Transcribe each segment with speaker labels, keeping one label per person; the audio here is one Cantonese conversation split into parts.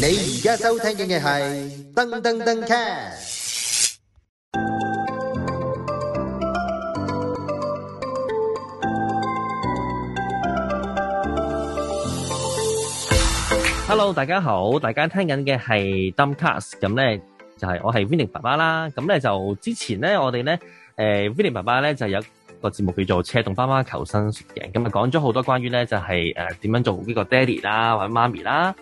Speaker 1: 你而家收聽嘅係噔噔噔 cast。
Speaker 2: Hello，大家好，大家聽緊嘅係 Dumbcast，咁咧就係、我係 Vinny 爸爸啦。咁咧就之前咧，我哋咧誒 Vinny 爸爸咧就有一個節目叫做《車動爸爸求生術》嘅，咁啊講咗好多關於咧就係誒點樣做呢個爹哋啦或者媽咪啦。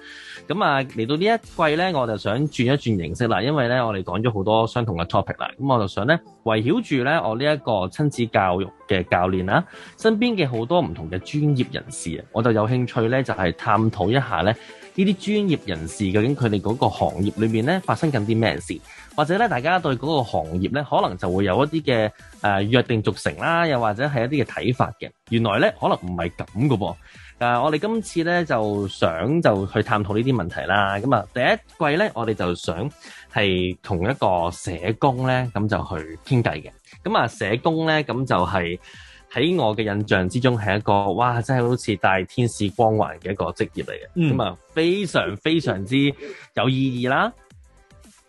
Speaker 2: 咁啊嚟到呢一季咧，我就想轉一轉形式啦，因為咧我哋講咗好多相同嘅 topic 啦，咁我就想咧圍繞住咧我呢一個親子教育嘅教練啦，身邊嘅好多唔同嘅專業人士啊，我就有興趣咧就係、探討一下咧。呢啲專業人士究竟佢哋嗰個行業裏面咧發生緊啲咩事，或者咧大家對嗰個行業咧可能就會有一啲嘅誒約定俗成啦，又或者係一啲嘅睇法嘅。原來咧可能唔係咁噶噃。誒、我哋今次咧就想就去探討呢啲問題啦。咁啊，第一季咧我哋就想係同一個社工咧咁就去傾偈嘅。咁啊，社工咧咁就係、喺我嘅印象之中係一個哇，真係好似帶天使光環嘅一個職業嚟嘅，
Speaker 3: 嗯
Speaker 2: 咁啊、非常非常之有意義啦，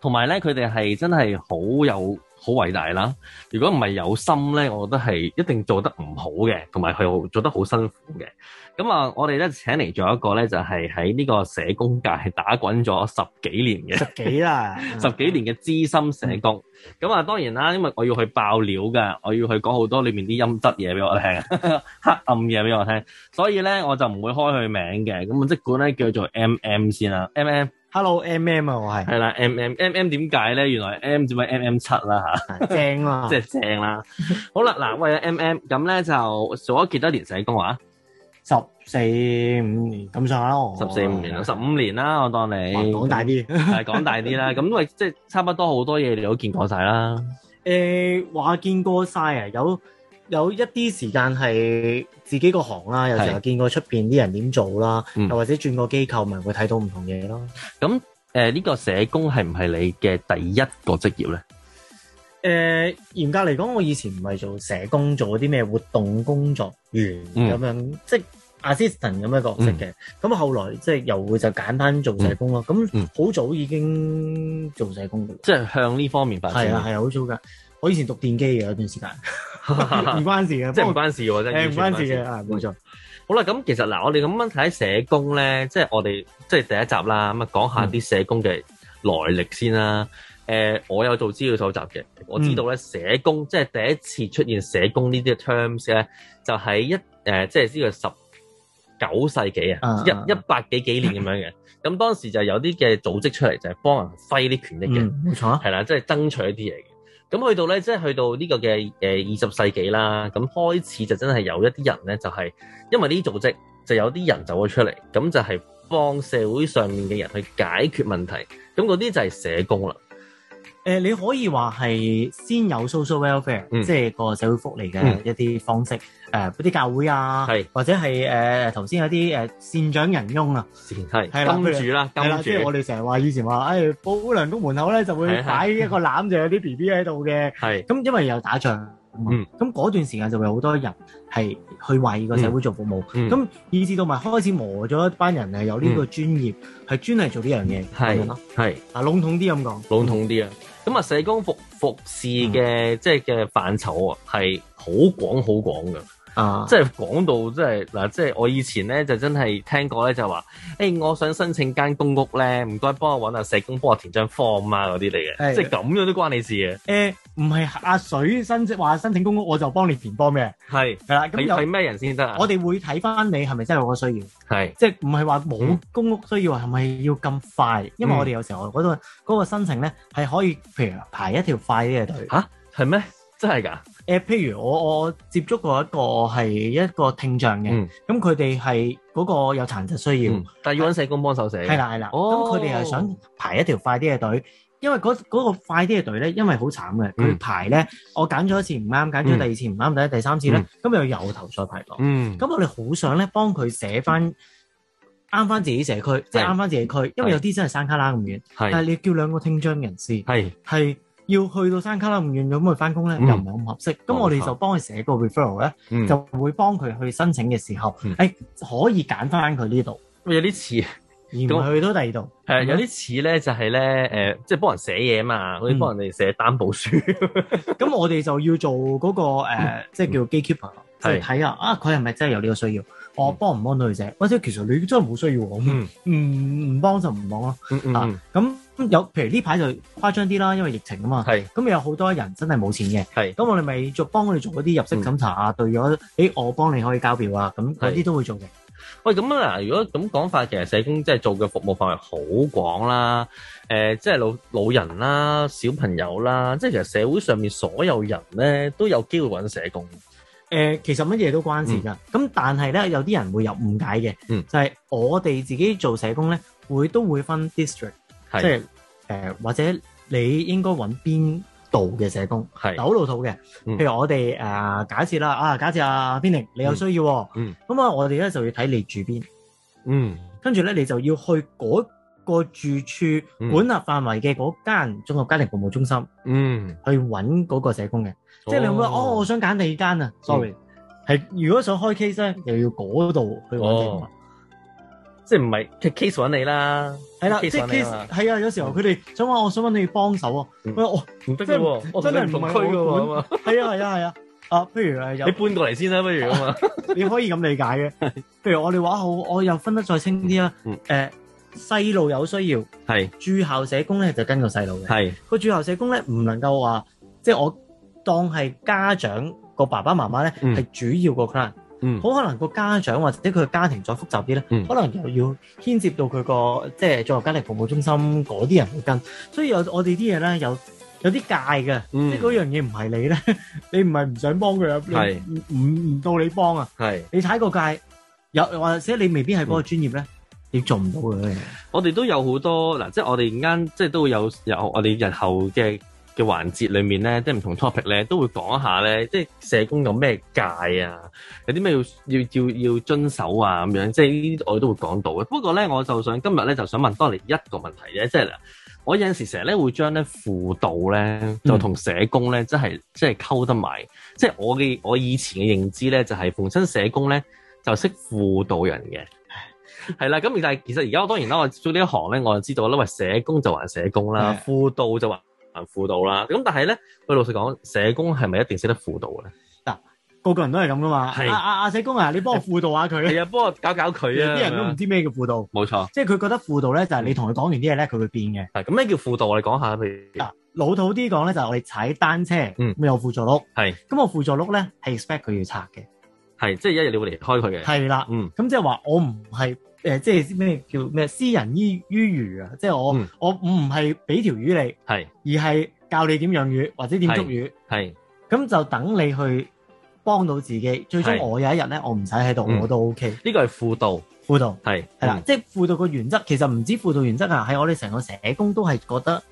Speaker 2: 同埋咧佢哋係真係好有好偉大啦。如果唔係有心咧，我覺得係一定做得唔好嘅，同埋佢好做得好辛苦嘅。咁啊，我哋咧請嚟咗一個咧，就係喺呢個社工界打滾咗十幾年嘅。
Speaker 3: 十幾啦，嗯
Speaker 2: 十幾年嘅資深社工，咁啊當然啦，因為我要去爆料噶，我要去講好多裏面啲陰質嘢俾我聽， 黑暗嘢俾我聽，所以咧我就唔會開佢名嘅，咁啊即管咧叫做 M M 先啦，M M
Speaker 3: Hello M M 啊，我係
Speaker 2: 係啦，M M M M 點解咧？原來 M 點解 M M 七啦吓，
Speaker 3: 正啊，
Speaker 2: 即係正啦。好啦，嗱喂 M M，咁咧就做咗幾多年社工話？
Speaker 3: 十四五年咁上下啦，我
Speaker 2: 十四五年啦，十五年啦，我當你
Speaker 3: 哇講大啲，
Speaker 2: 係講大啲啦。咁喂，即係差不多好多嘢你都見過晒啦。
Speaker 3: 誒話見過晒啊，有有一啲時間係自己個行啦，有時候見過出邊啲人點做啦，
Speaker 2: 嗯
Speaker 3: 又或者轉個機構咪會睇到唔同嘢咯。
Speaker 2: 誒呢個社工係唔係你嘅第一個職業咧？
Speaker 3: 誒、嚴格嚟講，我以前唔係做社工，做嗰啲咩活動工作員咁、
Speaker 2: 嗯
Speaker 3: 樣，即係 assistant 咁嘅角色嘅。咁、後來即係又會就揀翻做社工咯。咁
Speaker 2: 嗯
Speaker 3: 好、早已經做社工嘅，
Speaker 2: 即係向呢方面發展。
Speaker 3: 係啊係啊，好早㗎。我以前讀電機嘅有段時間，唔關事嘅，
Speaker 2: 啊 即係唔
Speaker 3: 不過
Speaker 2: 關事嗯喎，真係
Speaker 3: 誒啊唔關
Speaker 2: 完全
Speaker 3: 事
Speaker 2: 唔
Speaker 3: 嘅，啊冇錯。
Speaker 2: 好啦，咁其實嗱，我哋咁樣睇社工咧，即係我哋即係第一集啦，咁啊講
Speaker 3: 嗯
Speaker 2: 下啲社工嘅來歷先啦。誒、我有做資料搜集嘅，我知
Speaker 3: 嗯
Speaker 2: 道咧社工即係第一次出現社工呢啲嘅 terms 咧，就喺一誒、即係呢個十九世紀啊
Speaker 3: 啊，啊
Speaker 2: 一一百幾幾年咁樣嘅。咁當時就有啲嘅組織出嚟，就係、幫人揮啲權力嘅。
Speaker 3: 嗯，冇錯啊。
Speaker 2: 係啦，即係爭取一啲嘢嘅。咁去到咧，即係去到呢個嘅呃誒二十世紀啦，咁開始就真係有一啲人咧，就係、因為呢啲組織，就有啲人就會出嚟，咁就係幫社會上面嘅人去解決問題。咁嗰啲就係社工啦。
Speaker 3: 誒、你可以話係先有 social welfare，、
Speaker 2: 嗯
Speaker 3: 即係個社會福利
Speaker 2: 嗯
Speaker 3: 嘅一啲方式，誒嗰、啲教會啊
Speaker 2: 係，
Speaker 3: 或者係誒頭先有啲誒善長仁翁啊，
Speaker 2: 係
Speaker 3: 係啦
Speaker 2: 金主啦，
Speaker 3: 係啦，即
Speaker 2: 金
Speaker 3: 係我
Speaker 2: 主
Speaker 3: 哋成日話以前話，誒、哎、保良局門口咧就
Speaker 2: 係
Speaker 3: 會
Speaker 2: 啊係啊
Speaker 3: 擺一個籃就有啲 B B 喺度嘅，
Speaker 2: 係
Speaker 3: 咁因為有打仗啊嘛。
Speaker 2: 嗯
Speaker 3: 咁嗰段時間就會好多人係去為個社會做服務，咁、
Speaker 2: 嗯
Speaker 3: 以至到咪開始磨咗一班人係有呢個專業，係、專係做呢樣嘢咁樣
Speaker 2: 係
Speaker 3: 咯。
Speaker 2: 係
Speaker 3: 啊，籠統啲咁講，
Speaker 2: 籠統啲啊。咁啊，社工服服侍
Speaker 3: 嗯
Speaker 2: 嘅即係嘅範疇啊，係好廣好廣㗎。
Speaker 3: 啊，
Speaker 2: 即係講到即係嗱，即係我以前咧就真係聽過咧就話，誒、我想申請間公屋咧，唔該幫我揾下社工幫我填張 form 啊嗰啲嚟嘅，
Speaker 3: 係
Speaker 2: 即係咁樣都關你事嘅，
Speaker 3: 誒呃唔係阿水申請話申請公屋，我就幫你填幫嘅，
Speaker 2: 係
Speaker 3: 係啦。咁
Speaker 2: 係係
Speaker 3: 有
Speaker 2: 咩人先得啊？
Speaker 3: 我哋會睇翻你係咪真係有個需要，
Speaker 2: 係
Speaker 3: 即係唔係話
Speaker 2: 嗯
Speaker 3: 冇公屋需要係咪要咁快？因為
Speaker 2: 嗯
Speaker 3: 我哋有時候嗰度嗰個申請咧係可以，譬如排一條快啲嘅隊。
Speaker 2: 係咩？真係㗎？
Speaker 3: 誒、譬如我我接觸過一個係一個聽障嘅
Speaker 2: 嗯，
Speaker 3: 咁佢哋係嗰個有殘疾需要，
Speaker 2: 嗯，但係要揾社工幫手寫嘅。
Speaker 3: 係啦係啦，
Speaker 2: 哦
Speaker 3: 咁佢哋係想排一條快啲嘅隊，因為嗰嗰個快啲嘅隊咧，因為好慘嘅，
Speaker 2: 嗯
Speaker 3: 佢排咧，我揀咗一次唔啱，揀咗第二次唔啱，第第三次咧，咁又由頭再排過。
Speaker 2: 嗯，
Speaker 3: 咁我哋好想咧幫佢寫翻啱翻自己社區，即係啱翻自己區，因為有啲真係山卡拉咁遠，但係
Speaker 2: 係
Speaker 3: 你叫兩個聽障人士
Speaker 2: 係
Speaker 3: 係要去到山卡拉咁遠咁去翻工咧，
Speaker 2: 嗯
Speaker 3: 又唔係咁合適。咁我
Speaker 2: 冇
Speaker 3: 哋
Speaker 2: 錯
Speaker 3: 就幫佢寫個 referral 咧，
Speaker 2: 嗯，
Speaker 3: 就會幫佢去申請嘅時候，哎
Speaker 2: 嗯
Speaker 3: 誒可以揀翻佢呢度。
Speaker 2: 有啲似
Speaker 3: 而唔係去到第二度。
Speaker 2: 係有啲似咧，就係咧誒，即係幫人寫嘢嘛，
Speaker 3: 嗯
Speaker 2: 嗰啲幫人哋寫擔保書，
Speaker 3: 咁我哋就要做嗰、個、呃、即係叫 gatekeeper，即
Speaker 2: 嗯
Speaker 3: 係
Speaker 2: 係
Speaker 3: 睇下啊，佢係咪真係有呢個需要？我幫唔幫到佢啫？或者其實你真係冇需要喎，
Speaker 2: 嗯
Speaker 3: 唔唔幫就唔幫咯。
Speaker 2: 嗯嗯，
Speaker 3: 咁有譬如呢排就誇張啲啦，因為疫情啊嘛，
Speaker 2: 係
Speaker 3: 咁有好多人真係冇錢嘅。
Speaker 2: 係
Speaker 3: 咁我哋咪做幫佢哋做嗰啲入息審查啊，對咗，誒我幫你可以交表啊，咁嗰
Speaker 2: 嗯係
Speaker 3: 啲都會做嘅。
Speaker 2: 喂，咁啊嗱，如果咁講法，其實社工即係做嘅服務範圍好廣啦，誒、即係老老人啦、小朋友啦，即係其實社會上面所有人咧都有機會揾社工。
Speaker 3: 誒、其實乜嘢都關事㗎。咁、但係咧，有啲人會有誤解嘅，
Speaker 2: 嗯
Speaker 3: 就係我哋自己做社工咧，會都會分 district，即
Speaker 2: 係
Speaker 3: 係誒、或者你應該揾邊度嘅社工。
Speaker 2: 係
Speaker 3: 嗱，好老土嘅，
Speaker 2: 嗯
Speaker 3: 譬如我哋誒、假設啦，啊假設啊邊寧你有需要喎，
Speaker 2: 嗯
Speaker 3: 咁啊、我哋咧就要睇你住邊，
Speaker 2: 嗯
Speaker 3: 跟住咧你就要去嗰個住處
Speaker 2: 嗯
Speaker 3: 管轄範圍嘅嗰間綜合家庭服務中心
Speaker 2: 嗯，
Speaker 3: 去揾嗰個社工嘅。即係你會哦，我想揀第二間
Speaker 2: 嗯
Speaker 3: 啊，sorry，係如果想開 case 咧，又要嗰度去揾地
Speaker 2: 哦
Speaker 3: 方。
Speaker 2: 即係唔係 case 揾你啦，
Speaker 3: 係啦，
Speaker 2: case
Speaker 3: 即係
Speaker 2: 揾你啊
Speaker 3: case 係啊，有時候佢哋想話，我想揾你幫手啊，
Speaker 2: 嗯
Speaker 3: 喂，我
Speaker 2: 唔得嘅喎，我同你
Speaker 3: 真係
Speaker 2: 唔同
Speaker 3: 唔係
Speaker 2: 區嘅
Speaker 3: 我
Speaker 2: 喎，
Speaker 3: 管係
Speaker 2: 咁啊
Speaker 3: 啊係啊係啊，啊，譬如誒
Speaker 2: 你
Speaker 3: 有
Speaker 2: 搬過嚟先啦，不如 咁啊嘛，
Speaker 3: 你可以咁理解嘅， 譬如我哋話好，我又分得再清啲啦
Speaker 2: 嗯，
Speaker 3: 誒細路有需要，
Speaker 2: 係
Speaker 3: 住校社工咧就跟個細路嘅，
Speaker 2: 係
Speaker 3: 個住校社工咧唔能夠話，即係我當係家長個爸爸媽媽咧
Speaker 2: 嗯
Speaker 3: 係主要個 client。
Speaker 2: 嗯
Speaker 3: 好可能個家長或者佢嘅家庭再複雜啲咧，
Speaker 2: 嗯
Speaker 3: 可能又要牽涉到佢個即係綜合家庭服務中心嗰啲人會跟，所以有我哋啲嘢咧有有啲界嘅，
Speaker 2: 嗯
Speaker 3: 即係嗰樣嘢唔係你咧， 你唔係唔想幫佢
Speaker 2: 係
Speaker 3: 啊，你唔唔到你幫啊，
Speaker 2: 係。
Speaker 3: 你踩個界，有或者你未必係嗰個專業咧，你做唔到嘅。
Speaker 2: 我哋都有好多嗱，即係我哋而家即係都會有有我哋日後嘅嘅環節裏面咧，即係唔同 topic 咧都會講一下咧，即係社工有咩界啊，有啲咩要要要要遵守啊咁樣，即係呢啲我哋都會講到嘅。不過咧，我就想今日咧就想問多你一個問題啫，即係嗱，我有陣時成日咧會將咧輔導咧就同社工咧，即係即係溝得埋，即係我嘅我以前嘅認知咧就係逢親社工咧就識輔導人嘅。係啦，咁但係其實而家我當然啦，我做呢一行咧，我就知道啦，喂，社工就還社工啦，
Speaker 3: 係
Speaker 2: 輔導就還輔導啦。咁但係咧，喂，老實講，社工係咪一定識得輔導咧？
Speaker 3: 個個人都係咁噶嘛，
Speaker 2: 係
Speaker 3: 阿阿阿社工啊，你幫我輔導下佢，
Speaker 2: 係啊，幫我搞搞佢
Speaker 3: 有
Speaker 2: 啊！
Speaker 3: 啲人都唔知咩叫輔導，
Speaker 2: 冇錯，
Speaker 3: 即係佢覺得輔導咧就係你同佢講完啲嘢咧，佢會變嘅。
Speaker 2: 係咁咩叫輔導？我哋講下，譬如
Speaker 3: 嗱，老土啲講咧，就係我哋踩單車，
Speaker 2: 嗯
Speaker 3: 咁有輔助碌，
Speaker 2: 係
Speaker 3: 咁我輔助碌咧係 expect 佢要拆嘅，
Speaker 2: 係即係一日你會離開佢嘅，
Speaker 3: 係啦，
Speaker 2: 嗯
Speaker 3: 咁即係話我唔係誒，即係咩叫咩私人於於魚啊，即係我、
Speaker 2: 嗯
Speaker 3: 我唔係俾條魚
Speaker 2: 係
Speaker 3: 你，而係教你點養魚或者點捉魚，
Speaker 2: 係
Speaker 3: 咁就等你去幫到自己。最終
Speaker 2: 係
Speaker 3: 我有一日咧，我唔使喺度
Speaker 2: 嗯
Speaker 3: 我都 OK
Speaker 2: 呢個係輔導，
Speaker 3: 輔導。
Speaker 2: 係嗯
Speaker 3: 係啦，，即係輔導個原則，其實唔止輔導原則啊，係我哋成個社工都係覺得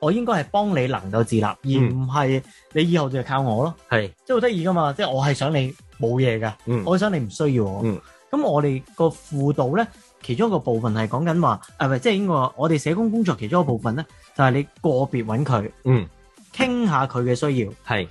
Speaker 3: 我應該係幫你能夠自立，而
Speaker 2: 嗯
Speaker 3: 唔係你以後就係靠我咯。
Speaker 2: 嗯係
Speaker 3: 即係好得意噶嘛，即係我係想你冇嘢噶，
Speaker 2: 嗯
Speaker 3: 我想你唔需要我。
Speaker 2: 嗯
Speaker 3: 咁、我哋個輔導咧，其中一個部分係講緊話，誒唔係即係應該話，我哋社工工作其中一個部分咧，就係、你個別揾佢
Speaker 2: 嗯
Speaker 3: 傾下佢嘅需要，
Speaker 2: 係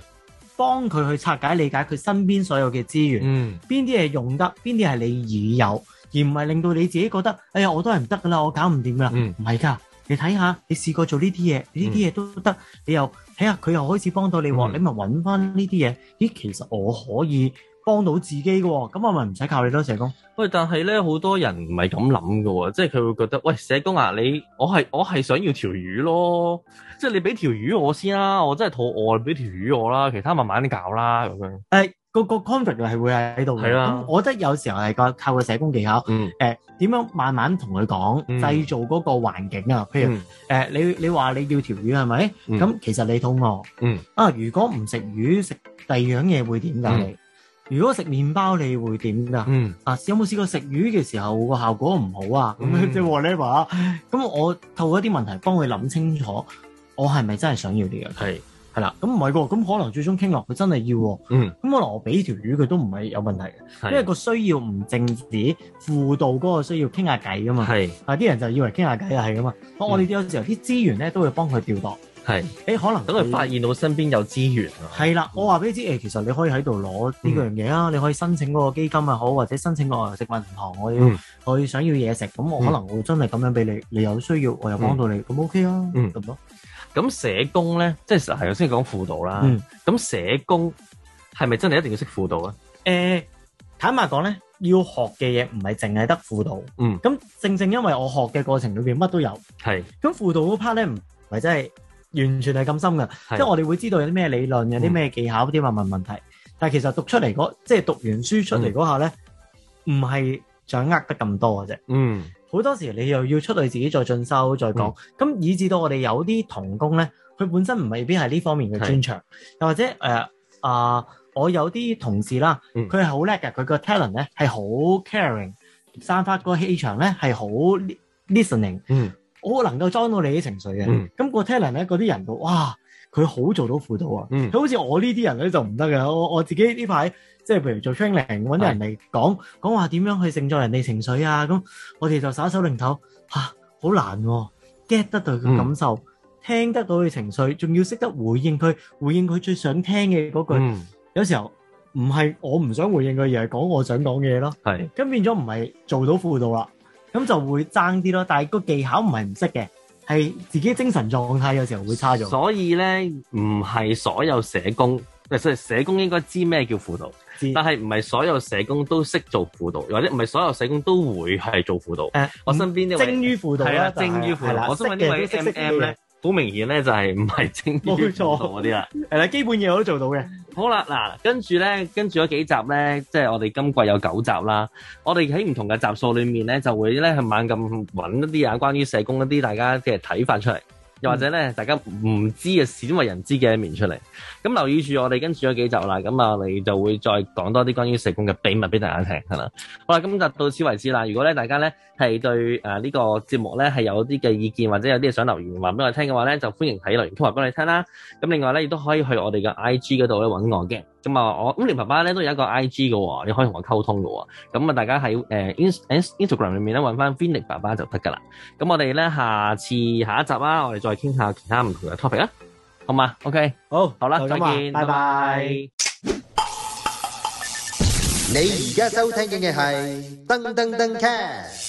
Speaker 3: 幫佢去拆解理解佢身邊所有嘅資源。
Speaker 2: 嗯
Speaker 3: 邊啲係用得，邊啲係你已有，而唔係令到你自己覺得，哎呀，我都係唔得噶啦，我搞唔掂噶啦。
Speaker 2: 嗯
Speaker 3: 唔係㗎，你睇下，你試過做呢啲嘢，呢啲嘢都得，你又睇下佢又開始幫到你喎，
Speaker 2: 嗯
Speaker 3: 你咪揾翻呢啲嘢。咦，其實我可以幫到自己嘅喎，咁我咪唔使靠你咯，社工。
Speaker 2: 喂，但係咧好多人唔係咁諗㗎喎，即係佢會覺得喂社工啊，你我係我係想要條魚咯，即係你俾條魚我先啦，我真係肚餓，你俾條魚我啦，其他慢慢搞啦咁樣，
Speaker 3: 誒，個個 conflict 係會喺度嘅。
Speaker 2: 係啊
Speaker 3: 咁我覺得有時候係靠靠個社工技巧，
Speaker 2: 嗯
Speaker 3: 誒點樣慢慢同佢講，
Speaker 2: 嗯
Speaker 3: 製造嗰個環境啊，譬如。
Speaker 2: 嗯
Speaker 3: 誒、你你話你要條魚係咪？
Speaker 2: 嗯
Speaker 3: 咁、其實你肚餓。
Speaker 2: 嗯。
Speaker 3: 啊，如果唔食魚，食第二樣嘢會點㗎？你、如果食麵包，你會點㗎？
Speaker 2: 嗯
Speaker 3: 啊，有冇試過食魚嘅時候個效果唔好啊？咁
Speaker 2: 嗯
Speaker 3: 樣即係 whatever 啊。咁我透過一啲問題幫佢諗清楚，我係咪真係想要呢樣？
Speaker 2: 係
Speaker 3: 係啦，咁唔係喎，咁可能最終傾落佢真係要喎。
Speaker 2: 嗯
Speaker 3: 咁可能我俾條魚佢都唔係有問題嘅，
Speaker 2: 係
Speaker 3: 因為個需要唔淨止輔導嗰個需要傾下偈㗎嘛。
Speaker 2: 係
Speaker 3: 啊
Speaker 2: 嗯
Speaker 3: 啊！啲人就以為傾下偈就係咁嘛。我我哋有時候啲資源咧都會幫佢調度，
Speaker 2: 係
Speaker 3: 誒可能
Speaker 2: 等佢發現到身邊有資源啊。
Speaker 3: 係啦，我話俾你知，誒，其實你可以喺度攞呢
Speaker 2: 嗯
Speaker 3: 個樣嘢啊，你可以申請嗰個基金又啊好，或者申請個食物銀行，我要、
Speaker 2: 嗯
Speaker 3: 我想要嘢食，咁我可能會真係咁樣俾你，你有需要，我又幫到你，咁、OK 啊，
Speaker 2: 嗯
Speaker 3: 咁咯。
Speaker 2: 咁社工咧，即係係頭先講輔導啦。
Speaker 3: 嗯
Speaker 2: 咁、社工係咪真係一定要識輔導啊？
Speaker 3: 誒、呃坦白講咧，要學嘅嘢唔係淨係得輔導，
Speaker 2: 嗯
Speaker 3: 咁正正因為我學嘅過程裏邊乜都有，
Speaker 2: 係
Speaker 3: 咁輔導嗰 part 咧唔係真係完全係咁深㗎，即
Speaker 2: 係嗯
Speaker 3: 係我哋會知道有啲咩理論，有啲咩技巧，啲問問問題，但係其實讀出嚟嗰即係讀完書出嚟嗰下咧，唔係掌握得咁多嘅啫。
Speaker 2: 嗯
Speaker 3: 好多時你又要出去自己再進修再講，咁、以至到我哋有啲童工咧，佢本身唔未必係呢方面嘅專長，又或者誒啊、我有啲同事啦，
Speaker 2: 嗯
Speaker 3: 佢係好叻嘅，佢個 talent 咧係好 caring，散發個氣場咧係好 li- listening，
Speaker 2: 嗯
Speaker 3: 好能夠裝到你啲情緒嘅。咁、
Speaker 2: 嗯
Speaker 3: 個 talent 咧，嗰啲人就哇，佢好做到輔導啊！
Speaker 2: 嗯
Speaker 3: 佢好似我呢啲人咧就唔得嘅，我我自己呢排即係譬如做 training 揾人嚟講講話點樣去盛載人哋情緒啊，咁我哋就耍手擰頭吓，好、難喎、get 得到佢感受，
Speaker 2: 嗯
Speaker 3: 聽得到佢情緒，仲要識得回應佢，回應佢最想聽嘅嗰句。
Speaker 2: 嗯
Speaker 3: 有時候唔係我唔想回應佢，而係講我想講嘅嘢咯。
Speaker 2: 係
Speaker 3: 咁變咗唔係做到輔導啦，咁就會爭啲咯。但係個技巧唔係唔識嘅，係自己精神狀態有時候會差咗。
Speaker 2: 所以咧，唔係所有社工，即係社工應該知咩叫輔導，
Speaker 3: 知
Speaker 2: 但係唔係所有社工都識做輔導，或者唔係所有社工都會係做輔導。
Speaker 3: 誒，
Speaker 2: 我身邊呢位
Speaker 3: 精於輔導
Speaker 2: 係
Speaker 3: 啦
Speaker 2: 啊，，精於輔
Speaker 3: 係
Speaker 2: 導
Speaker 3: 啦。
Speaker 2: 我想問呢位
Speaker 3: 識嘅
Speaker 2: M
Speaker 3: 都識
Speaker 2: M 咧，，好明顯咧就係唔係精於
Speaker 3: 冇錯
Speaker 2: 輔導嗰啲啦。
Speaker 3: 係啦，基本嘢我都做到嘅。
Speaker 2: 好啦，嗱，跟住咧，跟住嗰幾集咧，即係我哋今季有九集啦。我哋喺唔同嘅集數裏面咧，就會咧係猛咁揾一啲啊，關於社工一啲大家嘅睇法出嚟，又或者咧大家唔知嘅鮮為人知嘅一面出嚟。咁留意住我哋跟住嗰幾集啦，咁啊，我哋就會再講多啲關於社工嘅秘密俾大家聽，係啦。好啦，今集到此為止啦。如果咧大家咧係對誒呢個節目咧係有啲嘅意見，或者有啲嘢想留言話俾我哋聽嘅話咧，就歡迎喺留言區話俾我哋聽啦。咁另外咧，亦都可以去我哋嘅 I G 嗰度咧揾我嘅。咁啊，我咁連爸爸咧都有一個 I G 嘅喎，你可以同我溝通嘅喎。咁啊，大家喺誒 Ins Instagram 裏面咧揾翻 f i n i x 爸爸就得㗎啦。咁我哋咧下次下一集啦，我哋再傾下其他唔同嘅 topic 啦，好嘛？OK，
Speaker 3: 好，
Speaker 2: 好啦，
Speaker 3: 就
Speaker 2: 再
Speaker 3: 咁啊
Speaker 2: 見，
Speaker 3: 拜拜。
Speaker 1: 你而家收聽嘅係噔噔噔 cast。